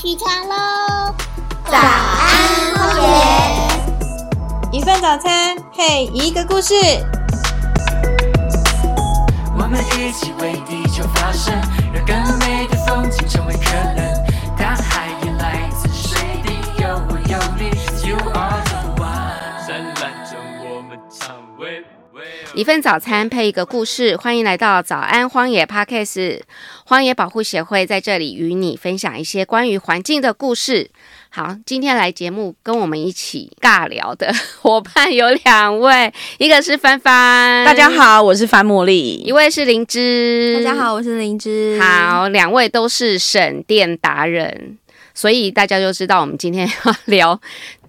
起床喽！早安，荒野。一份早餐配一个故事。我们一起为地球发声，让更美的风景成为可能。大海也来自水滴，有我有你，You are the one。灿烂着我们唱喂喂。一份早餐配一个故事，欢迎来到早安荒野 Podcast。荒野保护协会在这里与你分享一些关于环境的故事。好，今天来节目跟我们一起尬聊的 伙伴有两位，一个是帆帆，大家；好，我是樊茉一 莉。位是灵芝，大家。好，我是灵芝。，好，两位都是省电达人，所以大家就知道我们今天要聊，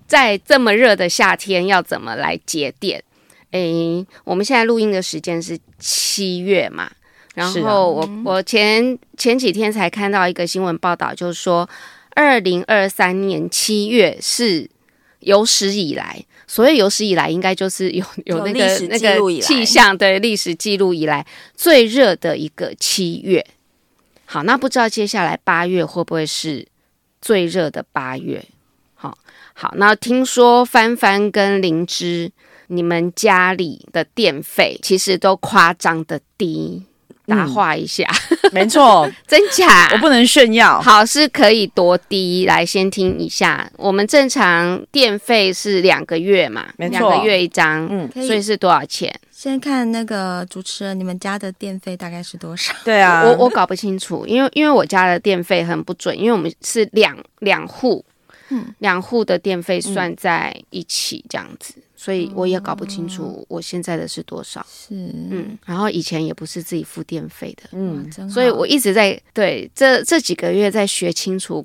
在这么热的夏天要怎么来节电。诶，我们现在录音的时间是七月嘛，然是啊后我、我前前几天才看到一个新闻报道，就是说二零二三年七月是有史以来，所以有史以来应该就是有有有那历个史那记录以个来气象对历史记录以来最热的一个七月。好，那不知道接下来八月会不会是最热的八月？好好，那听说帆帆跟灵芝，你们家里的电费其实都夸张的低，打嗯话一下， 没错，真假？ 我不能炫耀。好是可以多低？来先听一下，我们正常电费是两个月嘛，没两错个月一张，嗯，可以所以是多少钱？先看那个主持人，你们家的电费大概是多少？对啊，我我搞不清楚，因为因为我家的电费很不准，因为我们是两两户，嗯两户的电费算在一起这样子，所以我也搞不清楚我现在 的是多少。嗯哦是，嗯，然后以前也不是自己付电费的。嗯，真好所以 我一直在对这这几个月在学清楚，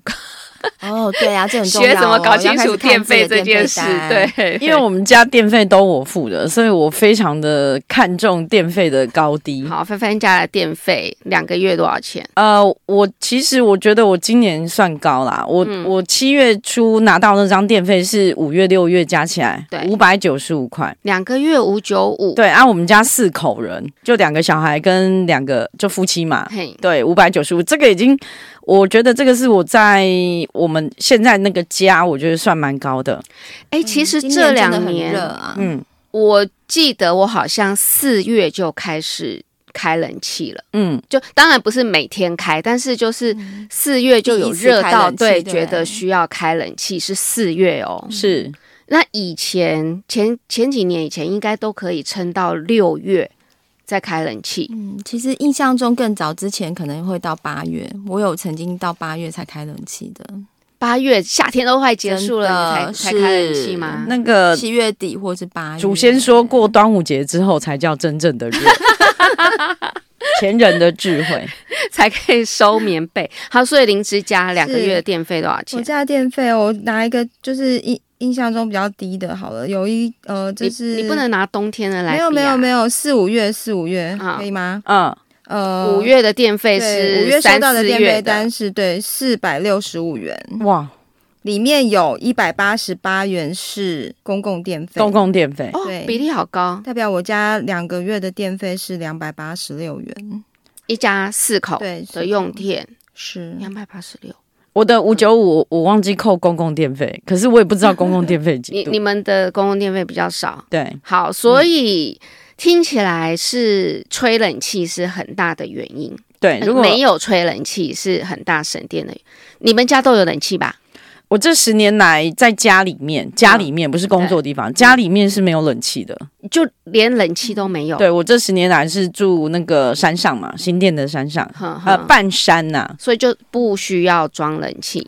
哦，对啊，这很重要、哦。学怎么搞清要开楚始看电自己费的这电件费事。单，对，因为我们家电费都我付的，所以我非常的看重电费的高低。好，帆帆家的电费两个月多少钱？呃，我其实我觉得我今年算高啦，我、嗯我七月初拿到那张电费是五月六月加起来对五百九十五块。两个月五九五。对，啊，我们家四口人，就两个小孩跟两个就夫 妻嘛，嘿，对，五百九十五，这个已经，我觉得这个是我在我们现在那个家，我觉得算蛮高的。哎，其实今这年真的两很年热啊，嗯我记得我好像四月就开始开冷气了，嗯，就当然不是每天开，但是就是四月就有嗯第一次热开到冷气对觉得需要开冷气，是四月哦。是那以前前前几年以前应该都可以撑到六月再开冷气，嗯，其实印象中更早之前可能会到八月，我有曾经到八月才开冷气的，八月夏天都快结束了，你真的才才开冷是气吗？那个七月底或是八月。祖先说过，端午节之后才叫真正的 热。前人的智慧，才可以收棉被。好，所以林芝家两个月的电费多少我钱？家的电费，我拿一个就是印印象中比较低的，好了，有一呃，就你是你不能拿冬天的来、啊没有啊没有没有。有四五月四五月、啊可以吗？嗯，呃，五月的电费对是五月收三到的四电月费的单是对四百六十五元，哇，里面有一百八十八元是公共电费，公共电费，哦对，比例好高，代表我家两个月的电费是两百八十六元，一家四口对嗯是的用电是两百八十六。我的五九五我忘记扣公共电费，可是我也不知道公共电费几你度。你们的公共电费比较少，对，好，嗯所以。听起来是吹冷气是很大的原因，哎对，如果呃没有吹冷气是很大省电的。你们家都有冷气吧？我这十年来在家里面，家里面不是工作地嗯方，家里面是没有冷气的。就连冷气都没有，对我这十年来是住那个山上嘛，新店的山上，哼哼呃，半山呐、所以就不需要装冷气。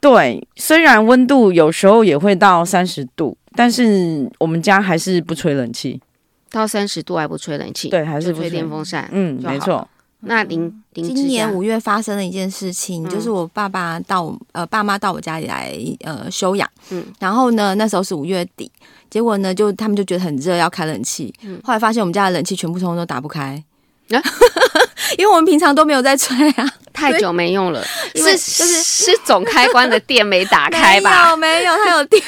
对，虽然温度有时候也会到三十度，但是我们家还是不吹冷气。到三十度还不吹冷气，对，还是就不吹吹。电风扇。嗯，就好没错。那林林今年五五月发生了一件事情，嗯就是我爸爸到我呃爸妈到我家里来呃休养，嗯然后呢那时候是五月底，结果呢就他们就觉得很热要开冷气，嗯后来发现我们家的冷气全部通通都打不开，啊 因为我们平常都没有在吹啊，太久没用了，因为是就是是是总开关的电没打开吧？ 没有没有，它有 电，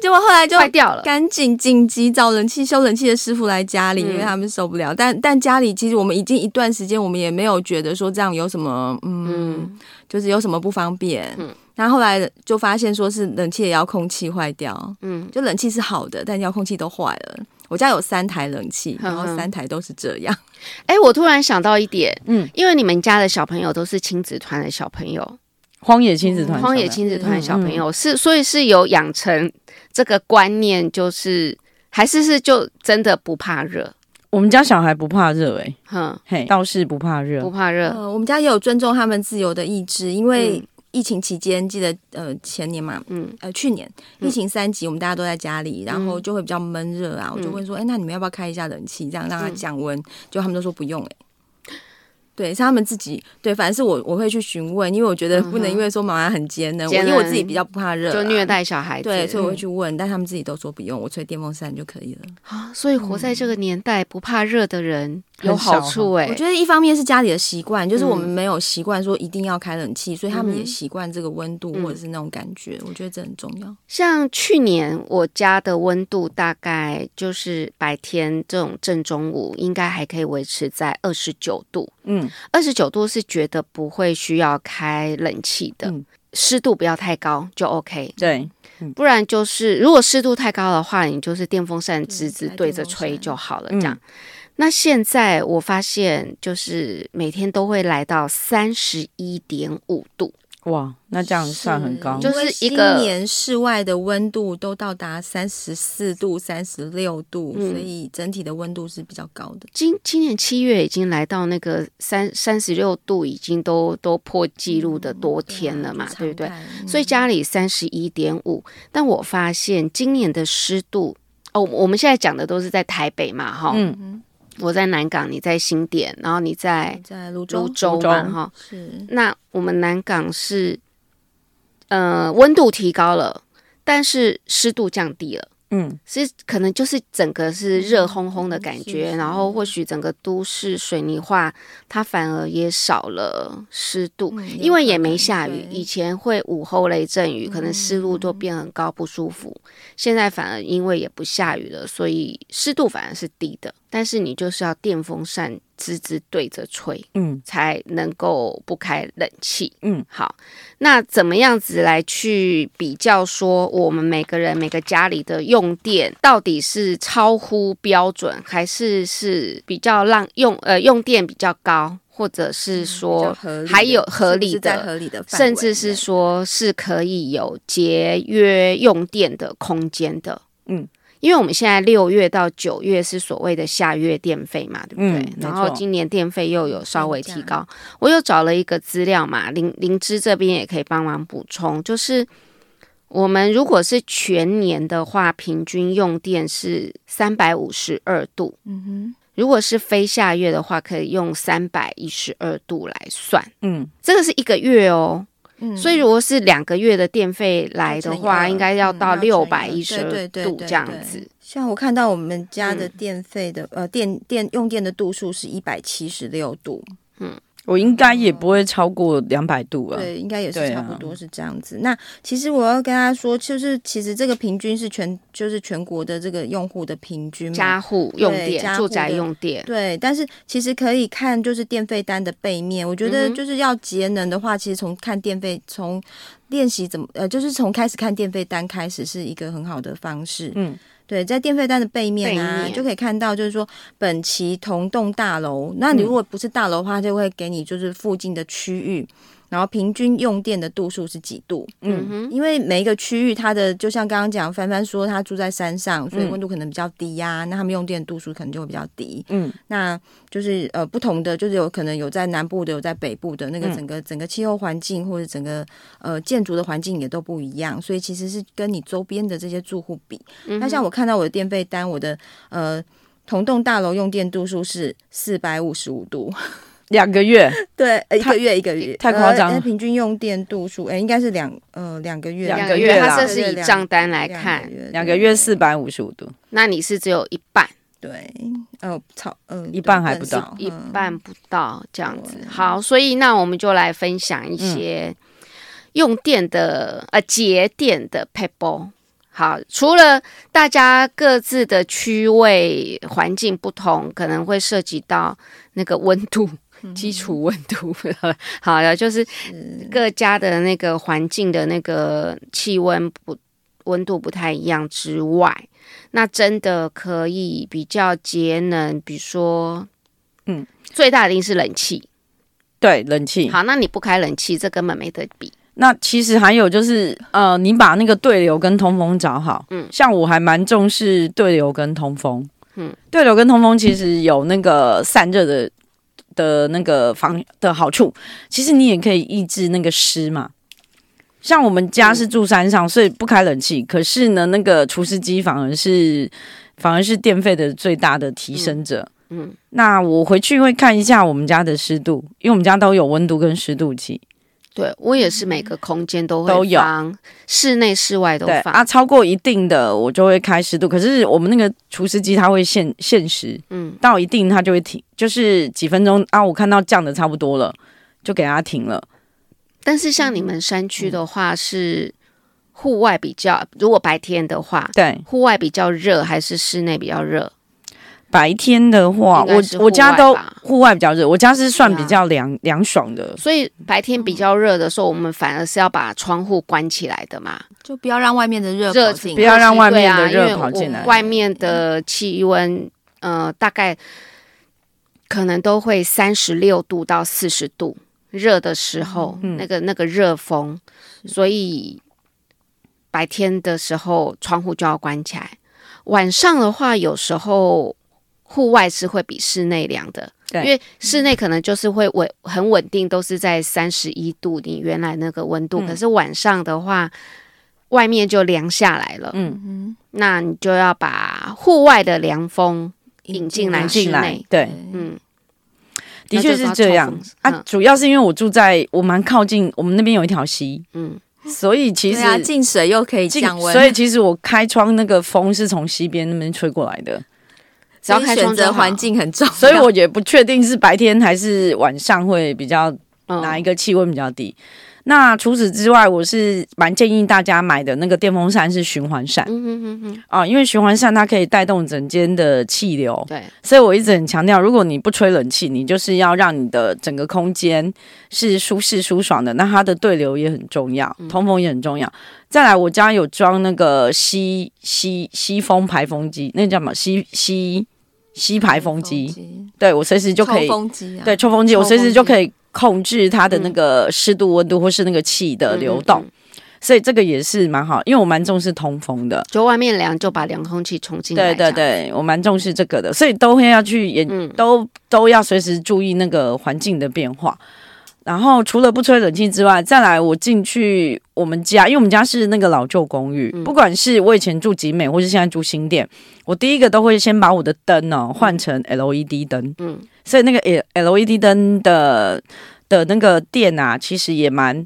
结果后来就坏掉了。赶紧紧急找冷气修冷气的师傅来家里，嗯因为他们受不了。但但家里其实我们已经一段时间，我们也没有觉得说这样有什么嗯嗯，就是有什么不方便。嗯然后后来就发现说是冷气的遥控器坏掉，嗯，就冷气是好的，但遥控器都坏了。我家有三台冷气，嗯然后三台都是这样。哎，我突然想到一点，嗯，因为你们家的小朋友都是亲子团的小朋友，荒野亲子团，嗯啊荒野小朋友亲子团的小朋友是，所以是有养成这个观念，就是还是是就真的不怕热，我们家小孩不怕热，哎，哼，嘿，倒是不怕嗯不热，怕热，呃，我们家也有尊重他们自由的意志，因为嗯疫情期间，记得呃前年嘛，嗯呃去年疫情三级，我们大家都在家里，然后就会比较闷热啊。我就嗯问说，哎、那你们要不要开一下冷气，这样让它嗯降温？就他们都说不用、哎。对，是他们自己对，反正是我我会去询问，因为我觉得不嗯能哼因为说妈妈很节能，我节因能为我自己比较不怕热、啊就虐。待小孩子，嗯对，所以我会去问，但他们自己都说不用，我吹电风扇就可以了。啊，所以活在这个年代不怕热的人很有好少哈处哎我，觉得一方面是家里的习惯，就是我嗯们没有习惯说一定要开冷气，所以他们嗯也哼习惯这个温度嗯或者是那种感觉，我觉得这很重要。像去年我家的温度大概就是白天这种正中午应该还可以维持在二十九度，嗯，二十九度是觉得不会需要开冷气的嗯，湿、度不要太高就 OK。对，不然就是，如果湿度太高的话，你就是电风扇直直对着吹就好了，这嗯样。那现在我发现，就是每天都会来到三十一点五度，哇，那这样算很高，就因是为一个今年室外的温度都到达三十四度、三十六度，嗯所以整体的温度是比较高的。今今年七月已经来到那个三三十六度，已经都都破纪录的多嗯啊天了嘛，对不对？对所以家里三十一点五，但我发现今年的湿度，哦，我们现在讲的都是在台北嘛，哈、嗯，我在南港，你在新店，然后你在在泸州泸州泸州嘛，哈，是那我们南港是，呃，温度提高了，但是湿度降低了。嗯，是可能就是整个是热烘烘的感觉，嗯是是然后或许整个都市水泥化，它反而也少了湿度，嗯有因为可也没能下雨。对以前会午后雷阵雨，可能湿度都变很高，不舒服。嗯现在反而因为也不下雨了，所以湿度反而是低的。但是你就是要电风扇直直对着吹，嗯，才能够不开冷气。嗯，好，那怎么样子来去比较说我们每个人每个家里的用电到底是超乎标准，还是是比较让用呃用电比较高，或者是嗯比较说合理的还有合理的是不是在合理的范围甚内，至是说是可以有节约用电的空间的？嗯。因为我们现在六月到九月是所谓的下月电费嘛，对不对？嗯没然后错今年电费又有稍微提高，我又找了一个资料嘛，林林芝这边也可以帮忙补充，就是我们如果是全年的话，平均用电是三百五十二度，嗯如果是非下月的话，可以用三百一十二度来算，嗯，这个是一个月哦。哼，嗯所以如果是两个月的电费来的乘以话，二应该要嗯到六要百乘一以十二对对对度对这样对子。像我看到我们家的嗯电费的、呃电电用电的度数是一百七十六度，我应该也不会超过两百度啊，对，应该也是对差啊不多是这样子。那其实我要跟大家说，就是其实这个平均是全就是全国的这个用户的平均家嘛。户用嗯对电、家住户宅的用电，对，但是其实可以看就是电费单的背面，我觉嗯得哼就是要节能的话，其实从看电费，从练习怎么呃，就是从开始看电费单开始是一个很好的方式。嗯，对，在电费单的背面背啊，面就可以看到，就是说本期同栋大楼，那你如果不是大楼的话，它就会给你就是附近的区域，然后平均用电的度数是几度。嗯哼，因为每一个区域它的，就像刚刚讲，凡凡说他住在山上，所以嗯温度可能比较低呀、那他们用电度数可能就会比较低。嗯，那就是呃不同的，就是有可能有在南部的，有在北部的，那个嗯整个、整个气候环境或者整个呃建筑的环境也都不一样，所以其实是跟你周边的这些住户比。嗯嗯那像我看到我的电费单，我的呃。同栋大楼用电度数是四百五十五度， 两个月，对，呃一个月一个月，太夸张了呃呃平均用电度数，哎、应该是两呃两个月，两两个个月，月它啦这是以账单来看，，两个月四是百五十五度，那你是只有一半，对，哦呃，超呃一半还不到一半不到这样子。对好，所以那我们就来分享一些用电的、呃节电的 p a p e 好，除了大家各自的区位环境不同，可能会涉及到那个温度，基础温度。 好了，就是各家的那个环境的那个气温不温度不太一样之外，那真的可以比较节能，比如说，嗯，最大的一定是冷气。对，冷气。好，那你不开冷气，这根本没得比。那其实还有就是，呃，你把那个对流跟通风找好。嗯嗯，像我还蛮重视对流跟通风。嗯嗯，对流跟通风其实有那个散热的的那个防的好处，其实你也可以抑制那个湿嘛。像我们家是住山上，所以不开冷气，可是呢，那个除湿机反而是反而是电费的最大的提升者。嗯，那我回去会看一下我们家的湿度，因为我们家都有温度跟湿度计。对我也是，每个空间都都会有放，室内室外都对放。啊，超过一定的我就会开湿度，可是我们那个除湿机它会限限时，嗯，到一定它就会停，就是几分钟啊，我看到降的差不多了，就给它停了。但是像你们山区的话是户外比较，如果白天的话，对，户外比较热还是室内比较热？白天的话，应该我是我家户外都吧户外比较热，我家是算对啊比较凉凉爽的。所以白天比较热的时候，我们反而是要把窗户关起来的嘛，就不要让外面的热热跑进不来。要让外对面啊的因为热跑进来嗯我外面的气温，呃，大概可能都会三十六度到四十度，热的时候，嗯那个那个热风，所以白天的时候窗户就要关起来。晚上的话，有时候户外是会比室内凉的，对因为室内可能就是会稳很稳定，都是在三十一度你原来那个温度，嗯可是晚上的话，外面就凉下来了，嗯，那你就要把户外的凉风引进来引室进来内，，对，嗯，的确是这样那就是要抽风嗯啊。主要是因为我住在我蛮靠近我们那边有一条溪，嗯，所以其实对啊，进水又可以进降温，所以其实我开窗那个风是从西边那边吹过来的，只要所以开窗就选择好环境很重要。所以我也不确定是白天还是晚上会比较嗯哪一个气温比较低。那除此之外，我是蛮建议大家买的那个电风扇是循环扇嗯哼哼哼，啊、因为循环扇它可以带动整间的气流，对，所以我一直很强调，如果你不吹冷气，你就是要让你的整个空间是舒适舒爽的。那它的对流也很重要，通风也很重要。再来，我家有装那个吸吸吸风排风机，那叫什么？吸吸吸排风机。对我随时就可以抽风机啊，对抽风机，我抽风随机时就可以控制它的那个湿度、温度或是那个气的流嗯动。嗯嗯嗯所以这个也是蛮好，因为我蛮重视通风的。就外面凉就把凉空气冲进来，对对这样，对，我蛮重视这个的，所以都会要去研嗯，都都要随时注意那个环境的变化。然后除了不吹冷气之外，再来我进去我们家，因为我们家是那个老旧公寓，嗯不管是我以前住集美，或是现在住新店，我第一个都会先把我的灯哦换成 LED 灯，嗯嗯，所以那个 L LED 灯的的那个电啊，其实也蛮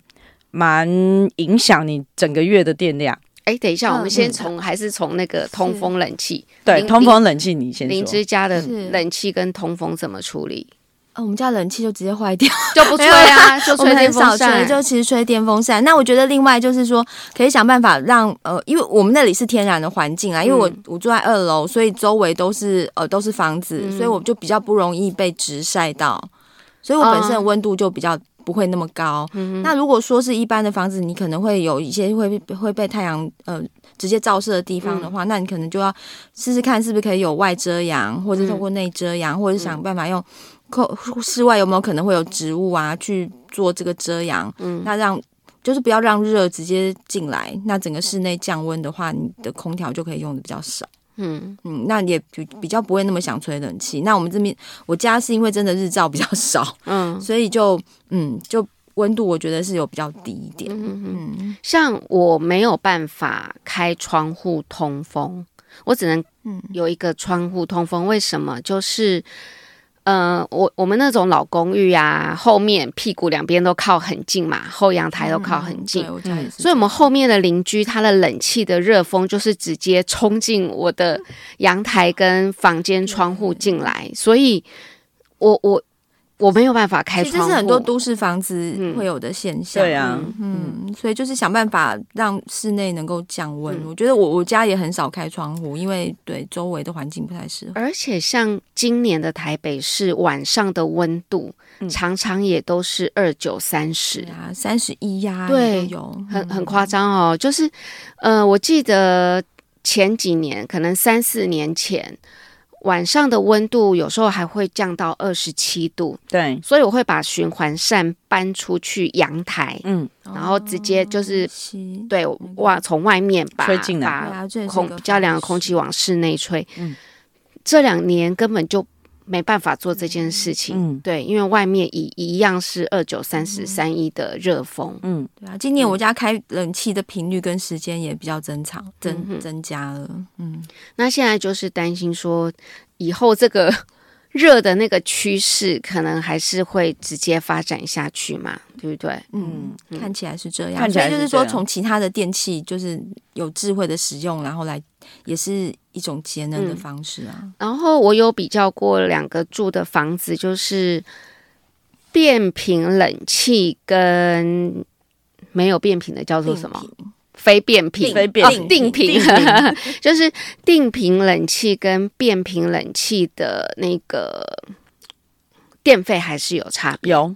蛮影响你整个月的电量。哎，等一下，嗯我们先从还是从那个通风冷气，对，林通风冷气你先林说，之家的是冷气跟通风怎么处理？呃，我们家冷气就直接坏掉。就不吹 没有 啊，就我吹们很电少风吹，扇，就其实吹电风扇。那我觉得另外就是说，可以想办法让呃，因为我们那里是天然的环境啊，因为我、嗯我住在二楼，所以周围都是呃都是房子，嗯所以我就比较不容易被直晒到，所以我本身的嗯温度就比较。不会那么高。那如果说是一般的房子，你可能会有一些会被会被太阳呃直接照射的地方嗯的话，那你可能就要试试看是不是可以有外遮阳，或者嗯透过内遮阳，或者是想办法用扣室外有没有可能会有植物啊去做这个遮阳，嗯那让就是不要让热直接进来，那整个室内降温的话，你的空调就可以用的比较少，嗯，嗯，那也比比较不会那么想吹冷气。那我们这边我家是因为真的日照比较 少，嗯所以就嗯就温度我觉得是有比较低一点，嗯，像我没有办法开窗户通风，我只能嗯有一个窗户通风。为什么？就是，呃，我我们那种老公寓啊，后面屁股两边都靠很近嘛，后阳台都靠很近，嗯对我家也是，所以我们后面的邻居他的冷气的热风就是直接冲进我的阳台跟房间窗户进来，所以我我我没有办法开其实哎这窗户，是很多都市房子嗯会有的现象。对啊，嗯嗯，所以就是想办法让室内能够降温。嗯我觉得我我家也很少开窗户，因为对周围的环境不太适合。而且像今年的台北市晚上的温度，嗯常常也都是二九三十对，啊，三十一呀，对也有嗯很嗯很夸张哦。就是，呃，我记得前几年，可能三四年前，晚上的温度有时候还会降到二十七度，对，所以我会把循环扇搬出去阳台，嗯，张然后直哦接就是吸对哇，从外面把吹进来把对啊这也是空个比较凉的方空式气往室内吹。嗯这两年根本就没办法做这件事情。嗯对，因为外面一一样是二九三十三一的热风。嗯，对啊，今年我家开冷气的频率跟时间也比较增长，嗯增哼增加了。嗯，那现在就是担心说，以后这个 热的那个趋势，可能还是会直接发展下去嘛，对不对？嗯，看起来是这样，看起来所以就是是这说，样从其他的电器就是有智慧的使用，然后来也是一种节能的嗯方式啊。然后我有比较过两个住的房子，就是变频冷气跟没有变频的叫做什么？非变频，非变哦、定频，定频 就是定频冷气跟变频冷气的那个电费还是有差别。有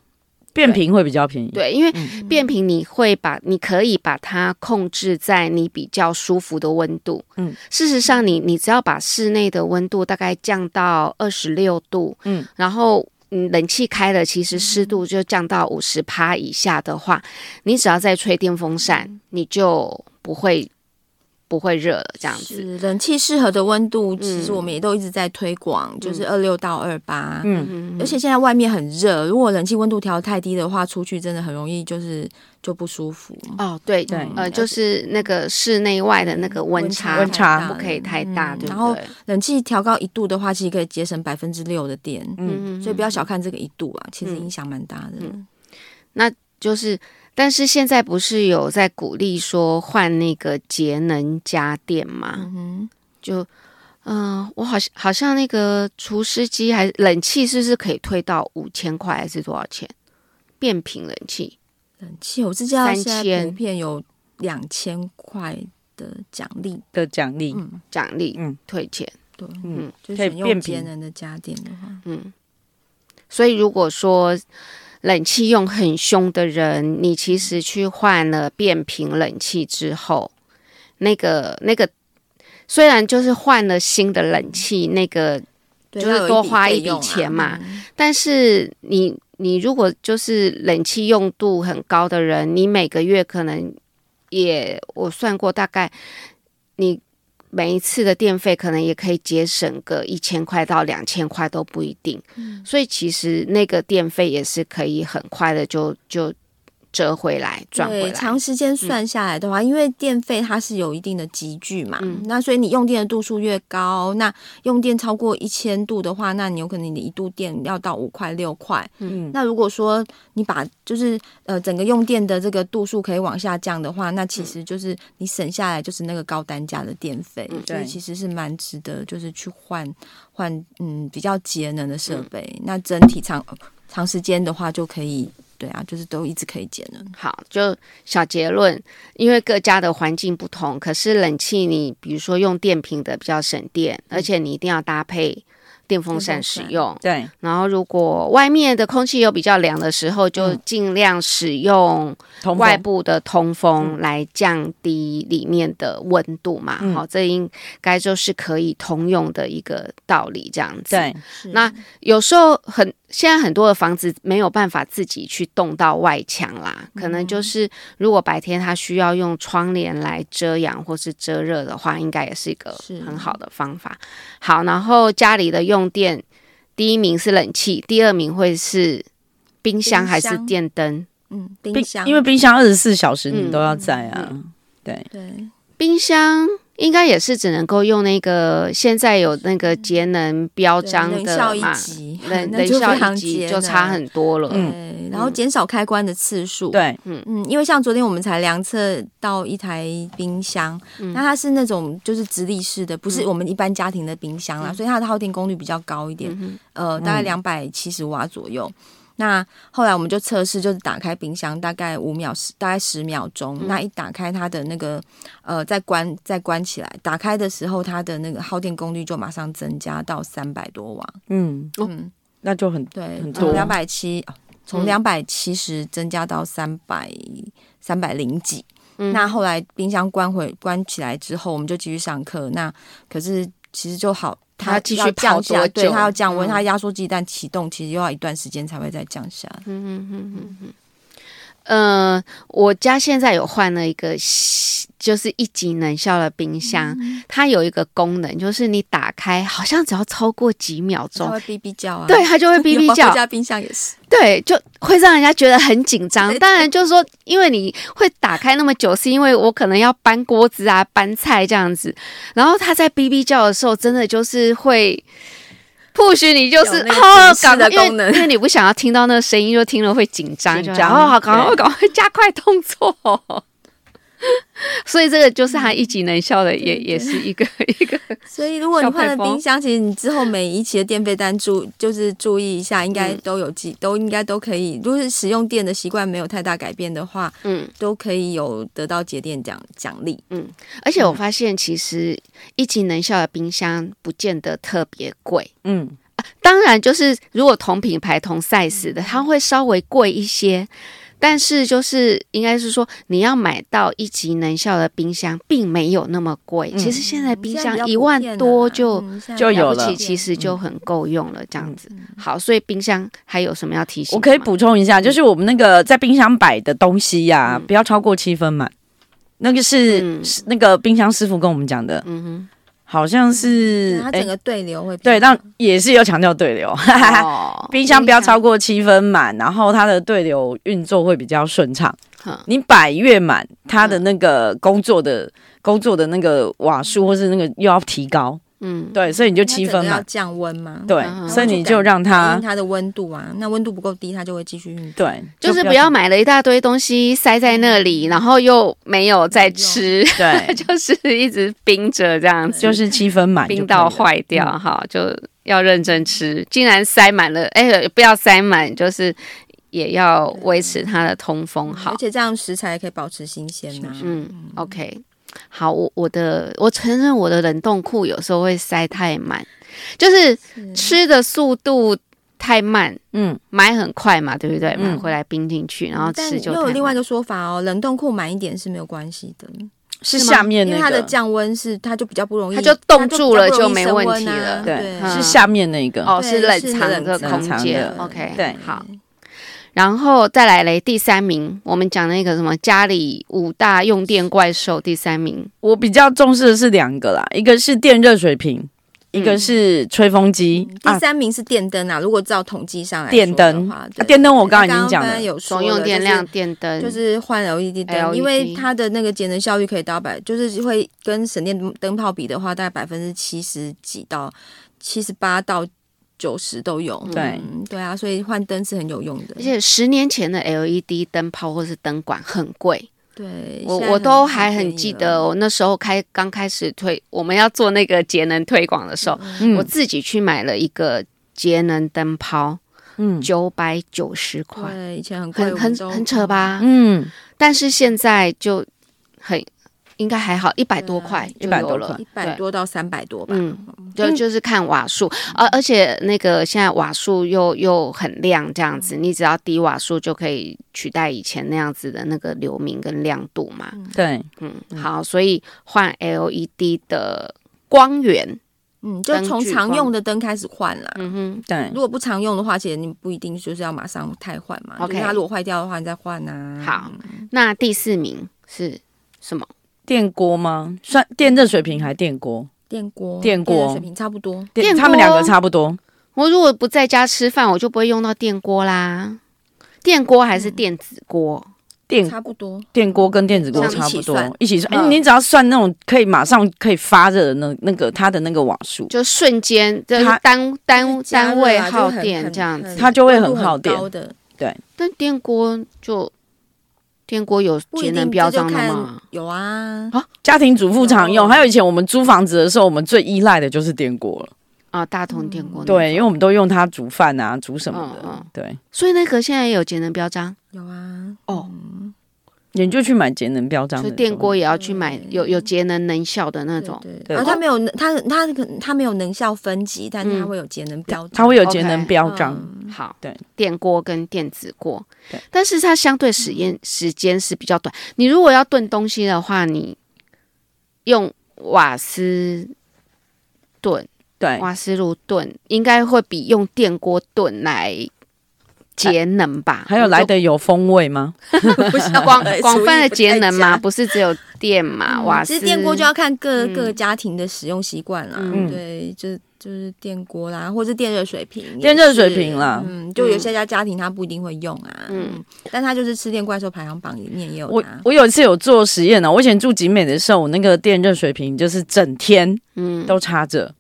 变频会比较便宜，，对，因为嗯变频你会把你可以把它控制在你比较舒服的温度。嗯，事实上你你只要把室内的温度大概降到二十六度，嗯，然后。嗯，冷气开了，其实湿度就降到五十趴以下的话，你只要再吹电风扇，你就不会不会热了，这样子。是冷气适合的温度，其实嗯我们也都一直在推广，就是二六到二八。嗯，嗯而且现在外面很热，如果冷气温度调太低的话，出去真的很容易就是就不舒服。哦，对对呃，就是那个室内外的那个温差，温差太大不可以太大，嗯对然不后对？冷气调高一度的话，其实可以节省百分之六的电，嗯所以不要小看这个一度啊，其实嗯影响蛮大的。就是，但是现在不是有在鼓励说换那个节能家电吗？嗯就，嗯、我好像好像那个除湿机还冷气是不是可以退到五千块还是多少钱？变频冷气哼，冷气我是知道三现在千普遍有两千块的奖励，的奖励，嗯，奖励，嗯退钱，对，嗯就是可以变选用频节能的家电的话，嗯。所以如果说冷气用很凶的人，你其实去换了变频冷气之后，那个那个虽然就是换了新的冷气，那个对就是要有多笔花一费笔用啊钱嘛嗯但是你你如果就是冷气用度很高的人，你每个月可能也我算过，大概你每一次的电费可能也可以节省个一千块到两千块都不一定。嗯所以其实那个电费也是可以很快的就就折回来赚回对，来。嗯长时间算下来的话，因为电费它是有一定的集聚嘛，嗯那所以你用电的度数越高，那用电超过一千度的话，那你有可能你的一度电要到五块六块。嗯，那如果说你把就是呃整个用电的这个度数可以往下降的话，那嗯其实就是你省下来就是那个高单价的电费，嗯所以对其实是蛮值得就是去换换嗯比较节能的设嗯备。那整体长长时间的话就可以。对啊，就是都一直可以节能。好，就小结论，因为各家的环境不同，可是冷气你比如说用电瓶的比较省电，而且你一定要搭配嗯电风扇使用。对，然后，如果外面的空气有比较凉的时候，就嗯尽量使用同外外部的通风来降低里面的温度嘛。嗯好、这应该就是可以通用的一个道理，这样子。对，那有时候很，现在很多的房子没有办法自己去动到外墙啦，嗯可能就是如果白天它需要用窗帘来遮阳或是遮热的话，应该也是一个是很好的方法。好，然后家里的用电，第一名是冷气，第二名会是冰箱冰还是箱电灯？嗯，冰冰箱，因为冰箱二十四小时嗯你都要在啊，对，对，冰箱应该也是只能够用那个现在有那个节能标对章能的效一嘛。级，冷 那冷就效非一常级节就差能很多了，嗯对，然后减少开关的次数。，对，嗯，因为像昨天我们才量测到一台冰箱，那它是那种就是直立式的，不是嗯我们一般家庭的冰箱啦，嗯所以它的耗电功率比较高一点，嗯哼呃，大概嗯两百七十瓦左右。那后来我们就测试，就是打开冰箱大概五秒十，大概十秒钟。嗯那一打开它的那个呃，再关再关起来，打开的时候它的那个耗电功率就马上增加到三百多瓦。嗯，哦嗯，那就很对很，从多两百七，哦从嗯两百七十增加到三百三百零几。嗯那后来冰箱关回关起来之后，我们就继续上课。那可是其实就好，它它继续要泡多降下，对，久它要降温，嗯它压缩机一旦启动，其实又要一段时间才会再降下来。嗯呃，我家现在有换了一个西，就是一级能效的冰箱，它有一个功能，就是你打开，好像只要超过几秒它钟，会哔哔叫 啊，对，它就会哔哔 我叫，家冰箱也是，对，就会让人家觉得很紧张。对当然，就是说，因为你会打开那么久，是因为我可能要搬锅子啊、搬菜这样子。然后他在哔哔叫的时候，真的就是会 push 你，就是有那个哦，警示赶快，的因为功能因为你不想要听到那个声音，就听了会紧张，紧就张哦，好赶快对赶快加快动作。所以这个就是他一级能效的，也也是一个 一个所以如果你小配换了包冰箱，其实你之后每一期的电费单注就是注意一下，应该嗯都有记，都应该都可以。如果是使用电的习惯没有太大改变的话，嗯。都可以有得到节电奖奖励。而且我发现，其实一级能效的冰箱不见得特别贵。嗯，当然，就是如果同品牌、同 size 嗯的，它会稍微贵一些。但是，就是应该是说，你要买到一级能效的冰箱，并没有那么贵。嗯其实现在冰现在比箱较一普万遍多了就嗯现在就比较了有普不起，其了实就很够用了。这样子，好，所以冰箱还有什么要提醒的吗？嗯我可以补充一下，就是我们那个在冰箱摆的东西呀、嗯不要超过七分满。那个是、嗯是那个冰箱师傅跟我们讲的，嗯好像是遍它哎整个对流会比较对，但也是有强调对流，哈哈哼，哈。哦冰箱不要超过七分满，然后它的对流运作会比较顺畅。嗯你摆越满，它的那个工作嗯的、工作的那个瓦数或是那个又要提高，嗯，对，所以你就它七整分个要满，降温嘛，对，嗯所以你就让反它映它的温度啊，那温度不够低，它就会继续运动。对，就是不嗯不要买了一大堆东西塞在那里，然后又没有再吃， 对，就是一直冰着这样子，就是七分满就冰到可以了坏掉哈、就要认真吃。竟然塞满了，哎、不要塞满，就是也要维持它的通风嗯好而。且这样食材也可以保持新鲜呐、嗯，OK，好，我我的我承认我的冷冻库有时候会塞太满，就是吃的速度太慢，嗯，买很快嘛，对不对？嗯买回来冰进去，然后吃嗯但就又有太另外慢一个说法哦，冷冻库满一点是没有关系的，是是吗下面因那为个它的降温是它就比较不容易，它就冻住了它就就比没较不容易问题升温啊了对，嗯是下面那个哦，对是冷是藏冷的藏空间的，OK，对好。然后再来嘞，第三名，我们讲那个什么家里五大用电怪兽，第三名，我比较重视的是两个啦，一个是电热水瓶，一个是吹风机、嗯第啊。三名是电灯啊，如果照统计上来电说的灯话啊对电灯我刚刚刚已经讲了有说总用了电就是量、E 电灯，就是换 LED 灯，因 LED 为它的那个节能效率可以到百，就是会跟省电灯泡比的话，大概百分之七十几到七十八到九十都有。对嗯对啊，所以换灯是很有用的而。且十年前的 LED 灯泡或是灯管很贵，对，我现在我都还很便宜记了得，我那时候开刚开始推我们要做那个节能推广的时候，嗯我自己去买了一个节能灯泡，嗯九百九十块，对，以前很贵，很我很们都很扯？吧？嗯，但是现在就很应该还好，一百多块就100有多了块一，对百多到三百多吧。嗯，就就是看瓦数，而、而且那个现在瓦数又又很亮，这样子，你只要低瓦数就可以取代以前那样子的那个流明跟亮度嘛。对，嗯，好，所以换 LED 的光源，嗯，就灯从具常光用的灯开始换啦。嗯哼，对如，果不常用的话，其实你不一定就是要马上汰换嘛。 OK 就是它如果坏掉的话，你再换啊。好，那第四名是什么？电锅吗？算电热水瓶还电锅？电锅、电锅电热水瓶差不多。电锅他们两个差不多。我如果不在家吃饭，我就不会用到电锅啦。电锅还是电子锅？电差不多，电锅跟电子锅差不这样多，一起算。嗯哎，你只要算那种可以马上可以发热的那那个它的那个瓦数，就瞬间，就是它单单就是加单热啊位就是耗很电很这样子。它就会温度很耗电高的，但电锅就电锅有不节一能定标这就章的看吗？有啊，家庭主妇常用。哦还有以前我们租房子的时候，我们最依赖的就是电锅了。啊，大同电锅那嗯种对，因为我们都用它煮饭啊，煮什么的。嗯嗯对，所以那个现在也有节能标章有啊，哦，你就去买节能标章所的以东西电锅也要去买有有节能能效的那种。嗯对对对，啊，它没有它它可它没有能效分级，但是它嗯会有节能标准，它会有节能 OK，标章。嗯好，对，电锅跟电子锅对，但是它相对实嗯验时间是比较短。你如果要炖东西的话，你用瓦斯炖、对，瓦斯炉炖，应该会比用电锅炖来节能吧？还有来的有风味吗？不是我就。广 广泛的厨艺不在节能嘛，家不是只有电啊嘛？嗯瓦其斯实电锅就要看各、嗯各家庭的使用习惯啦，嗯对，就就是电锅啦，或是电热水瓶也是，电热水瓶啦嗯，就有些家家庭他不一定会用啊，嗯嗯，但他就是吃电怪兽排行榜里面也哦有我它，我有一次有做实验呢、哦我以前住景美的时候，我那个电热水瓶就是整天嗯都插着，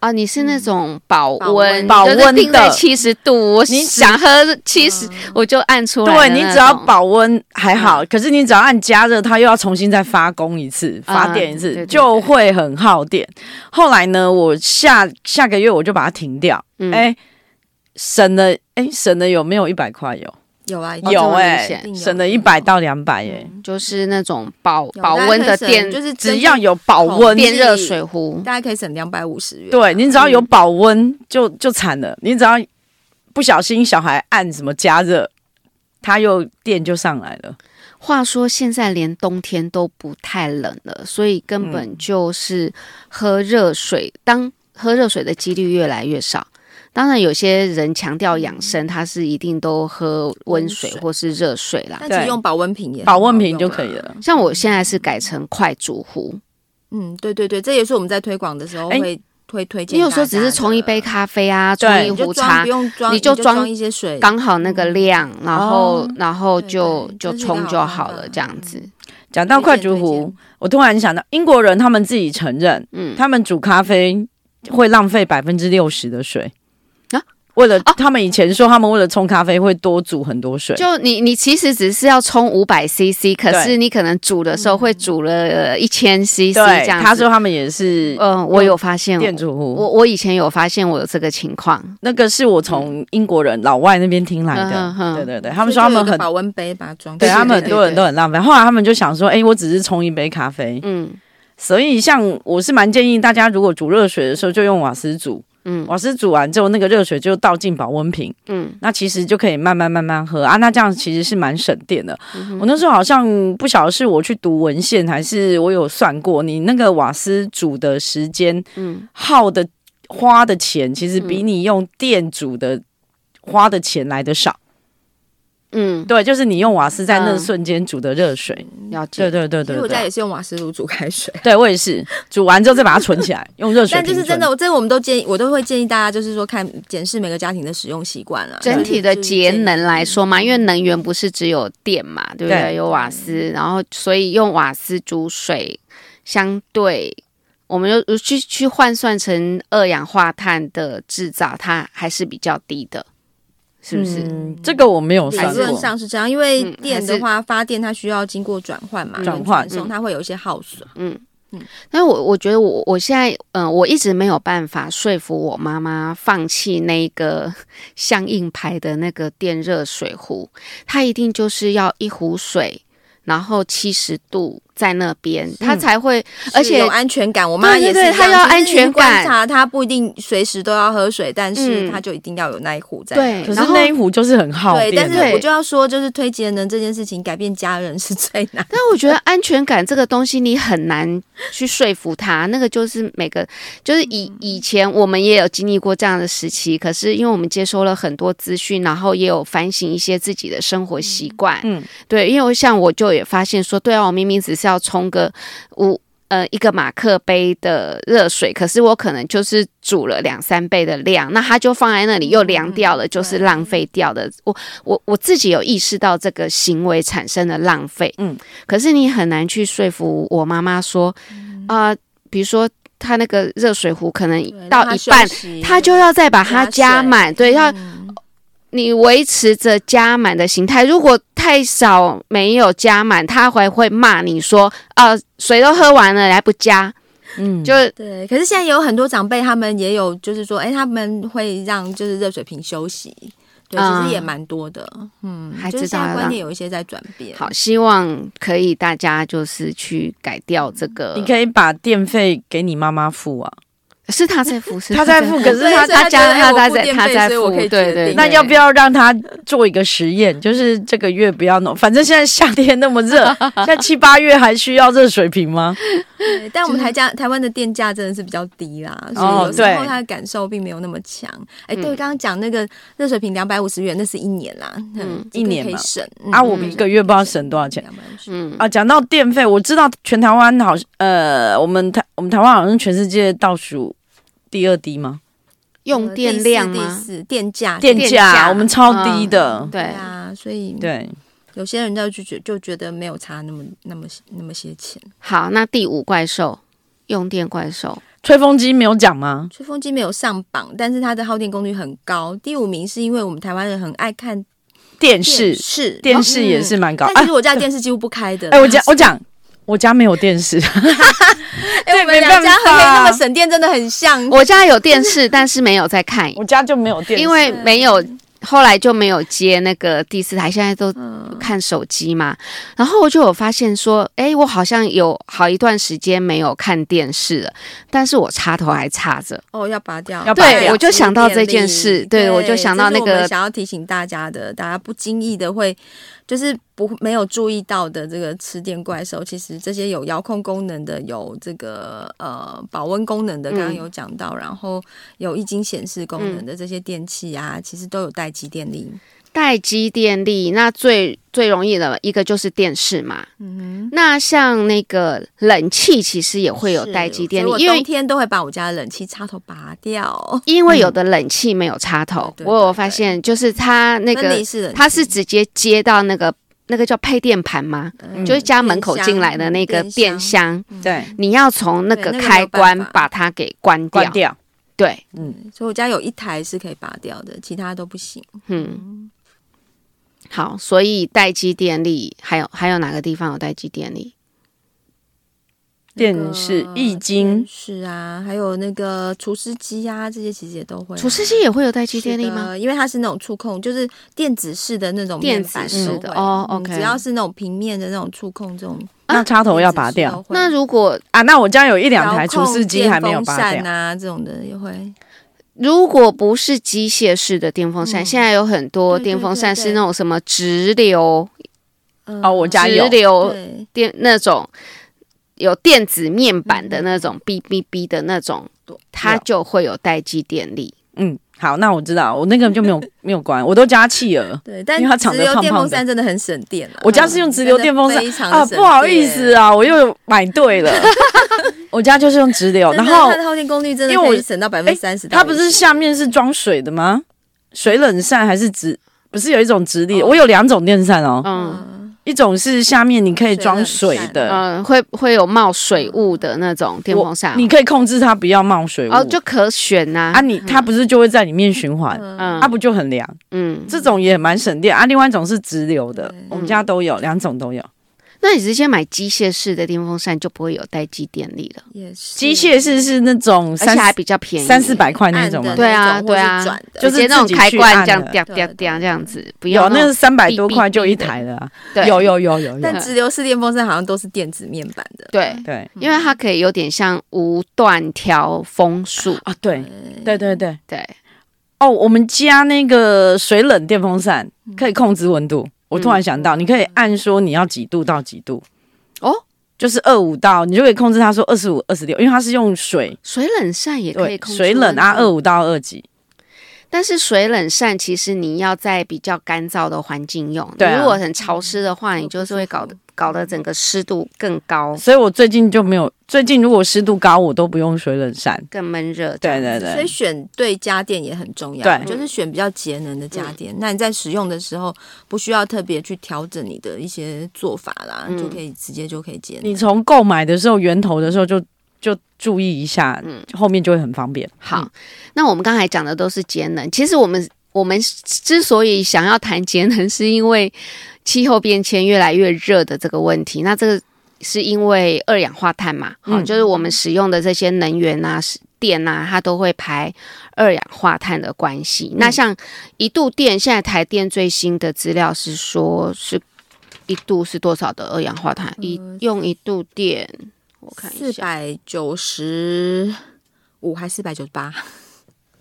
啊，你是那种保保温温嗯保温就是定在的七十度，我你只想喝七十、嗯我就按出来。对你只要。保温还好，嗯可是你只要按加热，它又要重新再发功一次、啊发电一对对次，对就会很耗电。后来呢，我下下个月我就把它停掉，嗯哎，省了哎省了有没有一百块有？有啊，哦这有么明哎显，嗯省了一百到两百哎，就是那种保有保温的大家可以省电就是只要有保温，哦电热水壶，大家可以省两百五十元，对你只要有保嗯温就就惨了，你只要不小心小孩按什么加热，它又电就上来了。话说现在连冬天都不太冷了，所以根本嗯就是喝热水，当喝热水的几率越来越少。当然，有些人强调养生，他是一定都喝温水嗯温水或是热水啦。但其实啊对用保温瓶也很保温好瓶用就啊可以了。像我现在是改成快煮壶，嗯，对对对，这也是我们在推广的时候哎会、会推荐。你有时候只是冲一杯，咖啡啊，冲对一你就壶装茶不，用装，你你就装装一些水，刚好那个量，然后哦然后就对对就这是一个冲就好好方法了，这样子。讲到快煮推荐推壶荐，我突然想到英国人他们自己承认，嗯，他们煮咖啡会浪费百分之六十的水啊啊。为了、啊他们以前说，他们为了冲咖啡会多煮很多水，就你你其实只是要冲五百 CC，可是对你可能煮的时候会煮了一千 CC 这对样子。他说他们也是嗯，我有发现，电煮壶，我我以前有发现我有这个情况，那个是我从英国人老外那边听来的。嗯哼哼对对对，他他们说他们很，保温杯把它装起对来，他们很对多人都很浪费。后来他们就想说，哎、我只是冲一杯咖啡，嗯所以像我是蛮建议大家，如果煮热水的时候就用瓦斯煮，嗯瓦斯煮完之后，那个热水就倒进保温瓶，嗯那其实就可以慢慢慢慢喝啊。那这样其实是蛮省电的。嗯我那时候好像不晓得是我去读文献，还是我有算过，你那个瓦斯煮的时间嗯，耗的花的钱，其实比嗯你用电煮的花的钱来的少。嗯，对，就是你用瓦斯在那嗯瞬间煮的热水。了解对。对对其对实我家对也，是用瓦斯炉煮开水。对我也是煮完之后再把它存 起来，用热水但就瓶是存。真的，我这个我们都建议，我都会建议大家，就是说看检视每个家庭的使用习惯啦。整体的就是节建议能来说嘛，因为能源不是只有电嘛，对不对？对有瓦斯，然后所以用瓦斯煮水，相对我们就去去换算成二氧化碳的制造，它还是比较低的，是不是？嗯，这个我没有理算论过。上是这样，因为嗯电的话，发电它需要经过转换嘛，转跟换传送嗯它会有一些耗损。嗯但我我觉得我我现在嗯、呃我一直没有办法说服我妈妈放弃那个相应牌的那个电热水壶，它一定就是要一壶水，然后七十度在那边，它才会，而是且有安全感，我妈对对也是对这样她要就是安全你观感察她不一定随时都要喝水，但是嗯她就一定要有那一壶在。对可是然后那一壶就是很耗对，电但的，是我就要说，就是推节能这件事情，改变家人是最难。但我觉得安全感这个东西，你很难去说服他。那个就是每个，就是以嗯以前我们也有经历过这样的时期，可是因为我们接收了很多资讯，然后也有反省一些自己的生活习惯。嗯，对，因为像我就也发现说，对啊，我明明只是要冲个五呃一个马克杯的热水，可是我可能就是煮了两三倍的量，那它就放在那里又凉掉嗯了，就是浪费掉的。我我我自己有意识到这个行为产生的浪费，嗯，可是你很难去说服我妈妈说啊、比如说她那个热水壶可能到一半，他就要再把它加满，对，嗯要你维持着加满的形态。如果太啊少没有加满，他还会骂你说，呃，水都喝完了，你还不加。嗯，就对，可是现在有很多长辈，他们也有就是说，哎，他们会让就是热水瓶休息，对，啊其实也蛮多的，嗯，还就是啊知道现在要观让念有一些在转变。好，希望可以大家就是去改嗯掉这个。你可以把电费给你妈妈付啊。是他在付，是他在付可是他他他他加觉得哎他我付在电他费在所以我付，可以对决对。对定那要不要让他做一个实验？就是这个月不要弄，反正现在夏天那么热，现在七八月还需要热水瓶吗？对，但我们台家台湾的电价真的是比较低啦，所以哦有时候对嗯他的感受并没有那么强。哎，对，刚刚讲那个热水瓶两百五十元，那是一年啦，嗯，这一个年可以嘛省嗯啊，我们一个月不知道省多少钱。两百五十。嗯，啊，讲到电费，我知道全台湾好，呃，我们台我们台湾好像全世界倒数第二低吗？用呃电第四量第吗？四电价，电电价嗯价我们超低的，对啊，所以对，有些人就觉就觉得没有差那么那么那么些钱。好，那第五怪兽，用电怪兽，吹风机没有讲吗？吹风机没有上榜，但是它的耗电功率很高。第五名是因为我们台湾人很爱看电电视，视，电视也是嗯蛮高。但哎其实我家的电视几乎不开的。哎，我讲我讲，我家没有电视，哎，我们没办两家很可以那法么省电，真的很像。我家有电视， 但是没有在看， 我家就没有电视，因为没有。后来就没有接那个第四台，现在都嗯看手机嘛。然后我就有发现说，哎，我好像有好一段时间没有看电视了，但是我插头还插着。哦，要拔掉，要拔掉对，我就想到这件事，对我就想到那这是我个们想要提醒大家的，大家不经意的会就是不没有注意到的这个吃电怪兽，其实这些有遥控功能的，有这个呃保温功能的，刚刚嗯有讲到，然后有液晶显示功能的这些电器啊，其实都有带机电力。待机电力，那最最容易的一个就是电视嘛。嗯那像那个冷气，其实也会有是待机电力所，以因我冬为天都会把我家的冷气插头拔掉。因为有的冷气没有插头，嗯对对我有对发对现，就是它那分个离式冷气它是直接接到那个那个叫配电盘吗？嗯就是家门口电箱进来的那个嗯电箱，对你要从那对个那个没有开关办法把它给关掉。关掉。对，嗯所以我家有一台是可以拔掉的，其他都不行。嗯。好，所以待机电力还有还有哪个地方有待机电力？电视那、个易经电、视啊，还有那个除湿机啊，这些其实也都会、啊。除湿机也会有待机是的电力吗？？因为它是那种触控，就是电子式的那种电面子板式都的会哦嗯 OK 只要是那种平面的那种触控，这种那插头要拔电子掉式都会那如果啊？那我家有一两遥台控除湿机还没有拔电风掉扇，啊，这种的也会。如果不是机械式的电风扇，现在有很多嗯对对电风扇对是对那种什么直流、嗯哦我家加油直流对，电那种有电子面板嗯的那种哔哔哔的那种，它有就会有待机电力。嗯，好，那我知道，我那个就没 有没有关，我都加气儿。对，但因为它长直得流胖电胖风的扇真的很省电了。我家是用直流电风扇真的非常啊，省不好意思电。啊，我又买对 了。我家就是用直流，真哦然的后它的耗电功率真的因为我可以省到百分之三十。它不是下面是装水的吗？水冷扇还是直？不是有一种直立？我有两种电扇哦，嗯一种是下面你可以装水的，嗯，会会有冒水雾的那种电我风扇，你可以控制它不要冒水雾。啊哦就可选呐、啊，你它不是就会在里面循环，嗯它不就很凉？嗯，这种也蛮省电啊。另外一种是直流的，我们家都有，两种都有。那你直接买机械式的电风扇就不会有待机电力了，也是机械式是那种而且三还比较便宜，三四百块那按种吗的？对啊那种或对是啊转的就直是接那种自己开去关按这样的掉对掉对掉这样子，不有要那种是三百多哔块哔就一哔的台了啊，对有有有有有嗯但，直流式电风扇好像都是电子面板的，对，对因为它可以有点像无段调风 速，啊对哎对对对。对，哦，我们家那个水冷电风扇嗯可以控制温度。我突然想到，你可以按说你要几度到几度，哦，就是二五到，你就可以控制它说二十五、二十六，因为它是用水，水冷扇也可以对，控制水冷温啊，二度五到二几，但是水冷扇其实你要在比较干燥的环境用，对啊如果很潮湿的话，你就是会搞得搞得整个湿度更高、所以我最近就没有，最近如果湿度高，我都不用水冷扇。更闷热。对对所以对，选对家电也很重要，对嗯就是选比较节能的家电。那你在使用的时候，不需要特别去调整你的一些做法啦，嗯就可以直接就可以节能你。从购买的时候，源头的时候就就注意一下，后面就会很方便。嗯好，嗯那我们刚才讲的都是节能，其实我们我们之所以想 要谈节能，是因为气候变迁越来越热的这个问题。那这个是因为二氧化碳嘛，好、嗯就是我们使用的这些能源啊、是电啊，它都会排二氧化碳的关嗯系。那像一度电，现在台电最新的资料是说是一度是多少的二氧化碳？一用一度电，我看一呃四下，百九十五还四百九十八？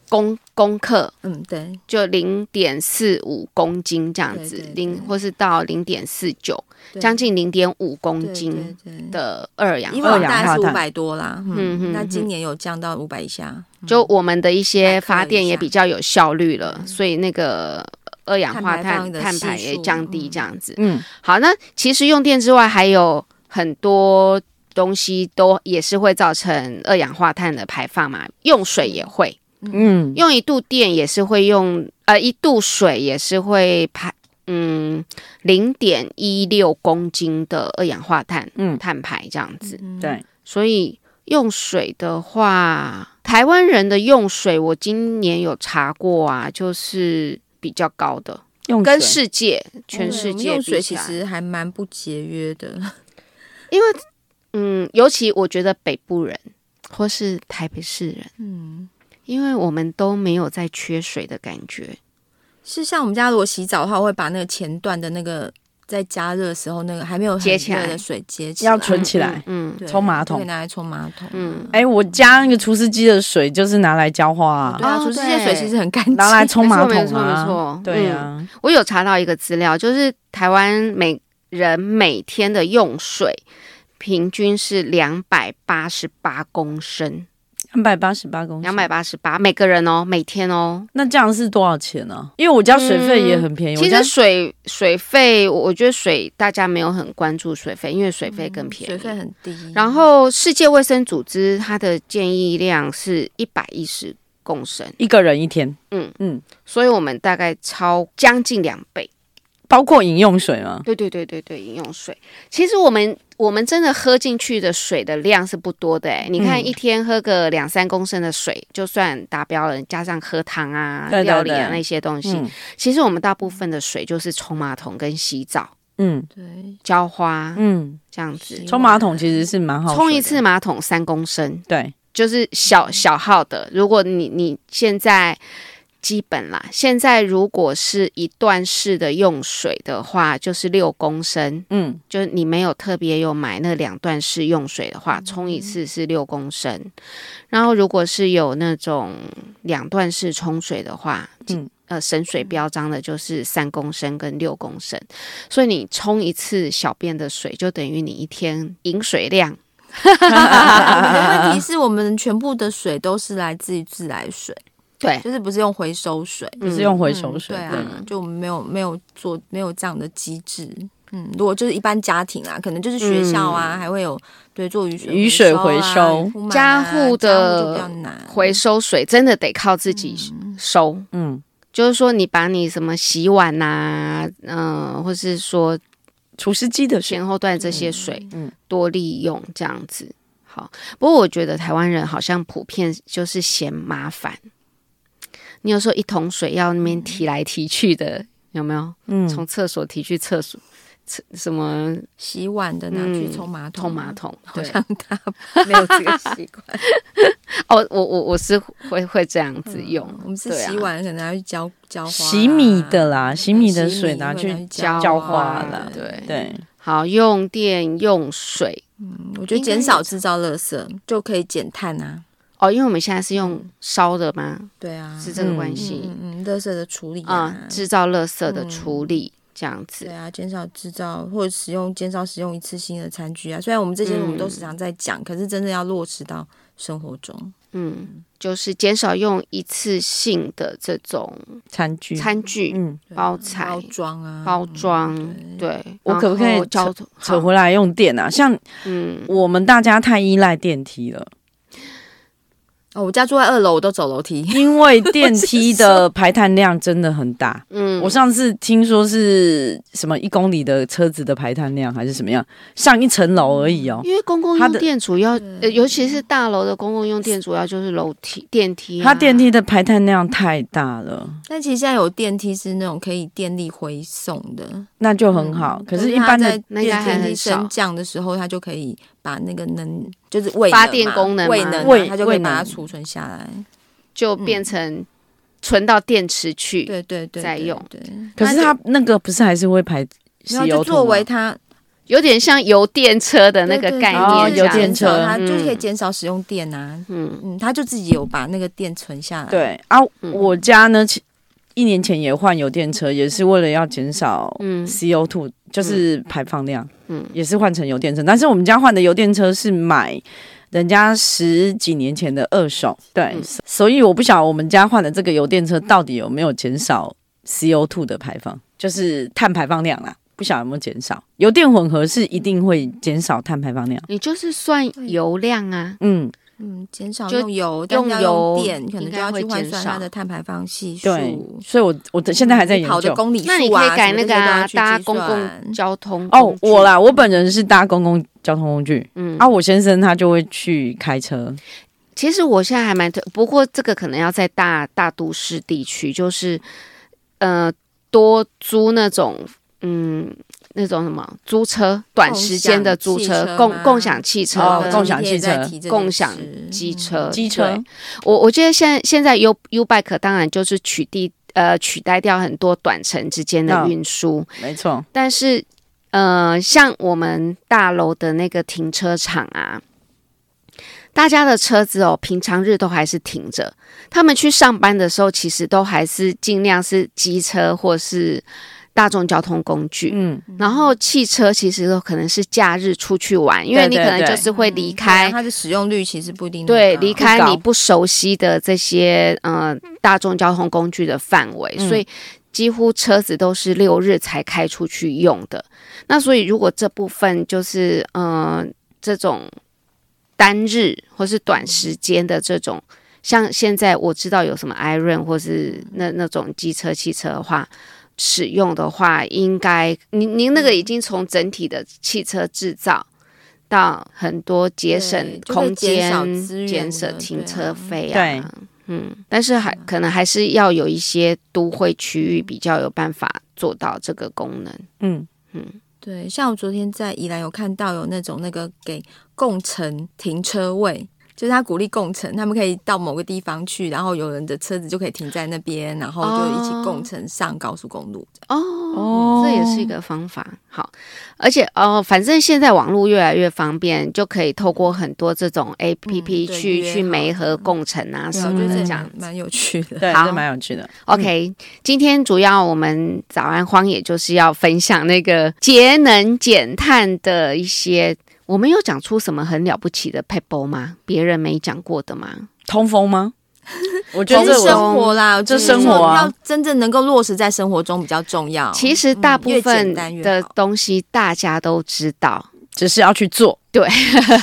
公公克嗯，对，就零点四五公斤这样对子对，零对或是到零点四九，对将近零点五公对斤对对的二氧因为化我二们氧碳。大概化是五碳百多啦，嗯哼嗯，那嗯今年有降到五百以下，就我们的一些发电也嗯比较有效率了，所以那个二氧化碳排碳放的碳排系也数降低，嗯这样子。嗯，好，那其实用电之外还有很多东西都也是会造成二氧化碳的排放嘛，用水也会，嗯，用一度电也是会用，呃，一度水也是会排，嗯，零点一六公斤的二氧化碳，嗯碳排这样子。嗯对，所以用水的话，台湾人的用水，我今年有查过啊，就是比较高的，用跟水世界全对世我们界用比水起其来，实还蛮不节 约的，嗯，尤其我觉得北部人或是台北市人，嗯。因为我们都没有在缺水的感觉，是像我们家如果洗澡的话，我会把那个前段的那个在加热的时候那个还没有很接起来热的水接起来，要存起来。嗯，嗯对冲马桶可以拿来冲马桶。嗯，哎、我家那个除湿机的水就是拿来浇花、啊，对啊，哦除湿机的对水其实很干净，拿来冲马桶啊，没错没错没错嗯对呀、我有查到一个资料，就是台湾每人每天的用水平均是两百八十八公升。两百八十八公两百八十八，每个人哦，每天哦。那这样是多少钱呢、啊因为我家水费也很便宜，哎我嗯其家实水水费，我我觉得水大家没有很关注水费，因为水费更便宜。嗯水费很低。然后世界卫生组织它的建议量是一百一十公升，一个人一天，嗯嗯，所以我们大概超将近两倍。包括饮用水吗？对对对对对，饮用水。其实我们我们真的喝进去的水的量是不多的哎，你看嗯一天喝个两三公升的水，就算达标了，加上喝汤啊、对对料理啊对那些东西，嗯其实我们大部分的水就是冲马桶跟洗澡、嗯 对，浇花嗯，这样子。冲马桶其实是蛮好，冲一次，马桶三公升，对，就是嗯小小号的。如果你你现在基本啦，现在如果是一段式的用水的话，就是六公升。嗯就是你没有特别有买那两段式用水的嗯话，冲一次是六公升。然后如果是有那种两段式冲水的话，嗯嗯，呃，省水标章的就是三公升跟六公升。所以你冲一次小便的水，就等于你一天饮水量。我的问题是我们全部的水都是来自于自来水，对，就是不是用回收水。不是用回收水，对啊，就没有没有做没有这样的机制。嗯，如果就是一般家庭啊，可能就是学校啊，还会有对做雨水嗯雨水回回收铺满啊家户的家户就比较难回收水真的得靠自己收。嗯，就是说，你把你什么洗碗呐、嗯、或是说除湿机的水，前后段这些水，嗯多利用这样子。好，不过我觉得台湾人好像普遍就是嫌麻烦。你有时候一桶水要那嗯边提来提去的，有没有？嗯，从厕所提去厕所，厕什么洗碗的拿嗯去冲马桶，冲马桶？嗯好对，像他 没有这个习 惯。哦，我我我是会会这样子用，我们是对啊洗碗可能要去浇浇花啊，洗米的啦，洗米的洗水拿会去，浇浇花花啊啦对对，好，用电用水嗯我觉得减少制造垃圾就可以减碳啊。哦，因为我们现在是用烧的嘛，对啊，是这个关系嗯嗯，嗯垃圾的处理啊、啊，制造垃圾的处理、这样子，对啊，减少制造或者使用减少使用一次性的餐具啊。虽然我们这些嗯我们都时常在讲，可是真的要落实到生活中。嗯，就是减少用一次性的这种餐具，餐具、嗯，对啊包材、包装啊，包装，对。我可不可以然后交通？扯好回来用电啊，像嗯，我们大家太依赖电梯了。哦，我家住在二楼，我都走楼梯。 因为电梯的排碳量真的很大。 嗯我上次听说是什么一公里的车子的排碳量还是什么样，上一层楼而已哦。因为公共它用的电主要，呃，尤其是大楼的公共用电主要就是楼梯、电梯、啊。它电梯的排碳量太大了，但其实现在有电梯是那种可以电力回送的，那就很好。可是，一嗯它般在的那应该变还天很气少升降的时候，它就可以把那个能就是位发电功能位吗能位啊，它就可位以把它能储存下来。就变成存到电池去。嗯对对对，再对用对，可是它那个不是还是会排然石后油就吐吗作为它有点像油电车啊的那个概哦念这油样，电车它就是可以嗯减少使用电啊。嗯，嗯，它就自己有把那个电存下来。，对啊，嗯我家呢其一年前也换油电车，也是为了要减少嗯 CO2，就是排放量，嗯也是换成油电车。但是我们家换的油电车是买人家十几年前的二手，对，嗯所以我不晓得我们家换的这个油电车到底有没有减少 CO2 的排放，就是碳排放量啦。啊不晓得有没有减少，油电混合是一定会减少碳排放量。你就是算油量啊，嗯，嗯，减少就用油，但是用要油电，可应能就该要会去换减算少它的碳排放系数。对，所以我我的现在还在你研跑的究。公里数啊，那你可以改那个啊，什么搭的这些都公要共去计算交通哦，工具我，啦，我本人是搭公共交通工具，嗯啊，我先生他就会去开车，其实我现在还蛮推，不过这个可能要在大大都市地区，就是呃多租那种嗯那种什么租车，短时间的租共享汽车，车共吗共享汽车哦跟共享汽车共享嗯机嗯车，机车呃对。我我觉得现在现在 U U Bike 当然就是取缔呃取代掉很多短程之间的嗯运输，没错，但是呃，像我们大楼的那个停车场啊，大家的车子哦，平常日都还是停着。他们去上班的时候，其实都还是尽量是机车或是大众交通工具。嗯，然后汽车其实都可能是假日出去玩，因为对你对可能对嗯就是会离离开开，嗯啊它的使用率其实不一定那么对，高离开呃不高你不熟悉的这些呃大众交通工具的范围，嗯所以几乎车子都是六日才开出去用的。那所以如果这部分就是呃这种单日或是短时间的这种。像现在我知道有什么 Iron 或是那那种机车、汽车的话，使用的话，应该您您那个已经从整体的汽车制造到很多节省对就空会减间少资、源减省了停对啊车费对啊。嗯，但是还可能还是要有一些都会区域比较有办法做到这个功能。嗯，对，像我昨天在宜兰有看到有那种那个给共乘停车位。就是他鼓励共乘，他们可以到某个地方去，然后有人的车子就可以停在那边，然后就一起共乘上高速公路。哦，哦这也是一个方法。好，而且哦，反正现在网络越来越方便，就可以透过很多这种 A P 嗯对 P 去、约去好媒的合共乘啊对什啊，我么觉得的这这嗯也样蛮蛮有趣的。对，好这蛮有趣的， OK，、今天主要我们早安荒野就是要分享那个节能减碳的一些。我们有讲出什么很了不起的 p e b b l e 吗？别人没讲过的吗？通 风吗？我觉 就得是我嗯这生活啦，这就是生活啊要真正能够落实在生活中比较重要。嗯其实大部越分简单越的好东西大家都知道，只是要去做，对，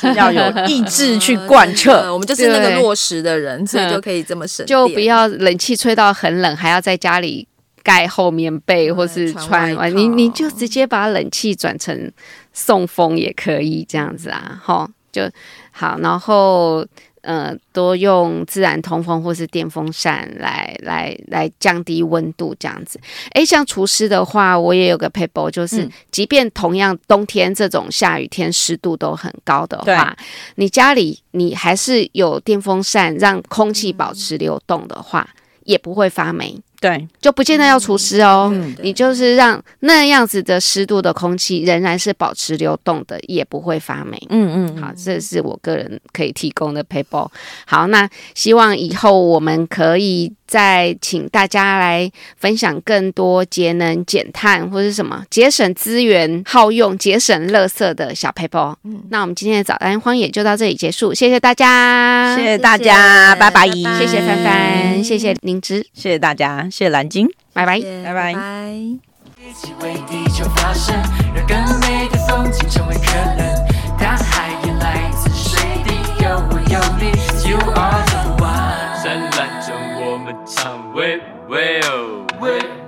嗯要有意志去贯彻， 呃我们就是那对嗯个落实的人，所以就可以这么省电，就不要冷气吹到很冷，还要在家里盖厚棉被或是穿穿外完，你套你就直接把冷气转成送风也可以这样子啊，哈，就好，然后。呃，多用自然通风或是电风扇来来来降低温度，这样子。诶，像厨师的话，我也有个 paper，就是、嗯即便同样冬天这种下雨天湿度都很高的对话，你家里你还是有电风扇让空气保持流动的话，也不会发霉，对，就不见得要除湿哦。嗯你就是让那样子的湿度的空气仍然是保持流动的，也不会发霉。嗯嗯，好，这是我个人可以提供的 paper。好，那希望以后我们可以再请大家来分享更多节能减碳或是什么节省资源耗用、节省垃圾的小 paper。那嗯我们今天的早安荒野就到这里结束，谢谢大家，谢谢大家，拜拜，谢谢帆帆，谢谢林芝，谢谢大家，谢谢蓝鲸。拜拜。对拜拜拜拜。一起为地球发声，让更美的风景成为可能。大海也来自水滴，有我有你，You are the one。灿烂中我们唱，喂喂哦，喂。